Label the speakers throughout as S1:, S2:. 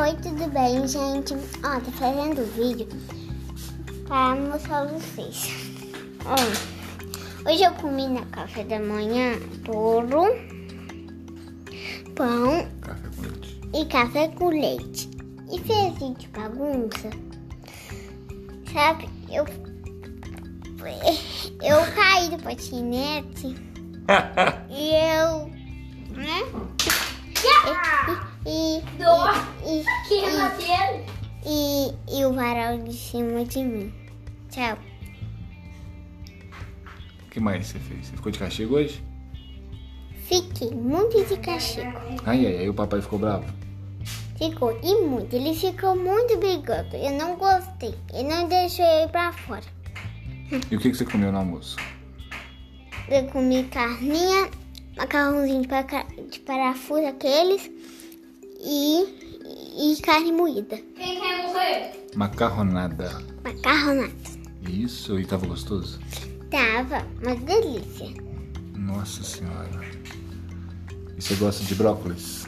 S1: Oi, tudo bem, gente? Ó, tô fazendo um vídeo pra mostrar pra vocês. Ó, hoje eu comi na café da manhã bolo, pão
S2: Café com leite.
S1: e café com leite. E fez assim de bagunça. Sabe, eu... Eu caí do patinete e eu... Né? 哎 E... e,
S3: Dó.
S1: e,
S3: Que
S1: e, e
S3: roteiro?
S1: e, e o varal de cima de mim. Tchau.
S2: O que mais você fez? Você ficou de castigo hoje?
S1: Fiquei muito de castigo.
S2: Ai, ai, aí o papai ficou bravo.
S1: Ficou e muito. Ele ficou muito bigoto. Eu não gostei. Ele não deixou eu ir pra fora.
S2: E o que que você comeu no almoço?
S1: Eu comi carninha, macarrãozinho de, paca- de parafuso aqueles e, e carne moída.
S3: Quem quer morrer?
S2: Macarronada.
S1: Macarronada.
S2: Isso, e tava gostoso?
S1: Tava uma delícia.
S2: Nossa senhora. E você gosta de brócolis?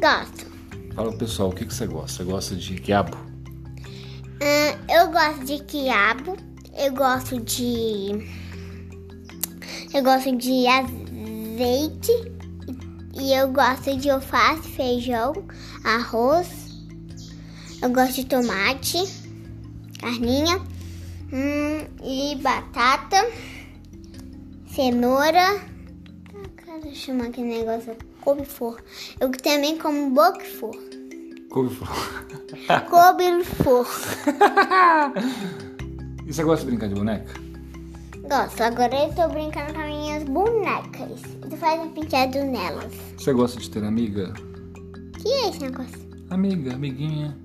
S1: Gosto.
S2: Fala pro pessoal, o que que você gosta? Você gosta de quiabo?
S1: Ahn, Hum, eu gosto de quiabo, eu gosto de. Eu gosto de azeite e eu gosto de alface, feijão, arroz. Eu gosto de tomate, carninha hum, e batata, cenoura. Cara, deixa eu chamar aquele negócio couve-flor. Eu também como boque-flor.
S2: Couve-flor.
S1: Couve-flor.
S2: E você gosta de brincar de boneca?
S1: Gosto, agora eu tô brincando com as minhas bonecas. Eu tô fazendo penteado nelas.
S2: Você gosta de ter amiga?
S1: Que é esse negócio?
S2: Amiga, amiguinha.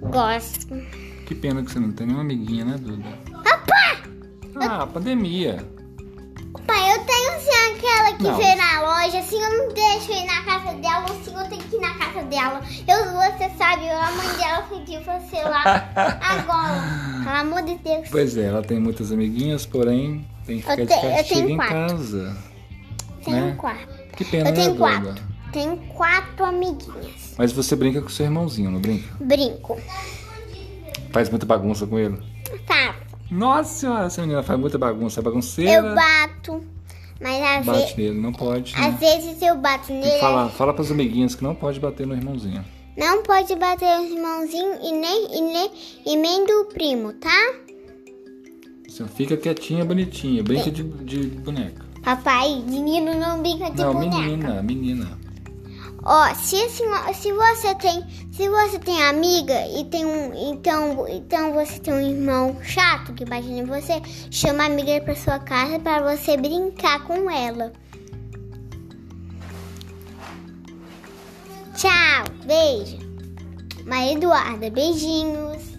S1: Gosto.
S2: Que pena que você não tem nenhuma amiguinha, né, Duda? Papá! Ah, pandemia.
S1: Pai, eu tenho sim aquela que
S2: Não.
S1: veio na loja, assim eu não deixo ir na casa dela, assim eu tenho que ir na casa dela. Eu, você sabe, a mãe dela pediu pra você lá agora. Pelo amor de Deus.
S2: Pois é, ela tem muitas amiguinhas, porém tem que ficar
S1: Eu
S2: de
S1: te- eu
S2: castigo
S1: tenho
S2: em
S1: quatro.
S2: casa.
S1: Tenho
S2: né?
S1: quatro.
S2: Que pena,
S1: Eu
S2: né,
S1: tenho
S2: Duda?
S1: quatro. Tenho quatro amiguinhas.
S2: Mas você brinca com seu irmãozinho, não brinca?
S1: Brinco.
S2: Faz muita bagunça com ele.
S1: Tá.
S2: Nossa senhora, essa menina faz muita bagunça. É bagunceira.
S1: Eu bato, mas às, ve-
S2: Bate nele, não pode. né?
S1: às vezes eu bato
S2: Tem que
S1: nele.
S2: falar, fala pras amiguinhas que não pode bater no irmãozinho.
S1: Não pode bater os irmãozinhos e nem, e nem, e nem do primo, tá?
S2: Você fica quietinha, bonitinha. Brinca de, de boneca.
S1: Papai, menino não brinca de
S2: não,
S1: boneca.
S2: menina, menina.
S1: Ó, se, a senhora- se você tem, se você tem amiga e tem um, então, então você tem um irmão chato que bate em você, chama a amiga pra sua casa pra você brincar com ela. Tchau, beijo. Maria Eduarda, beijinhos.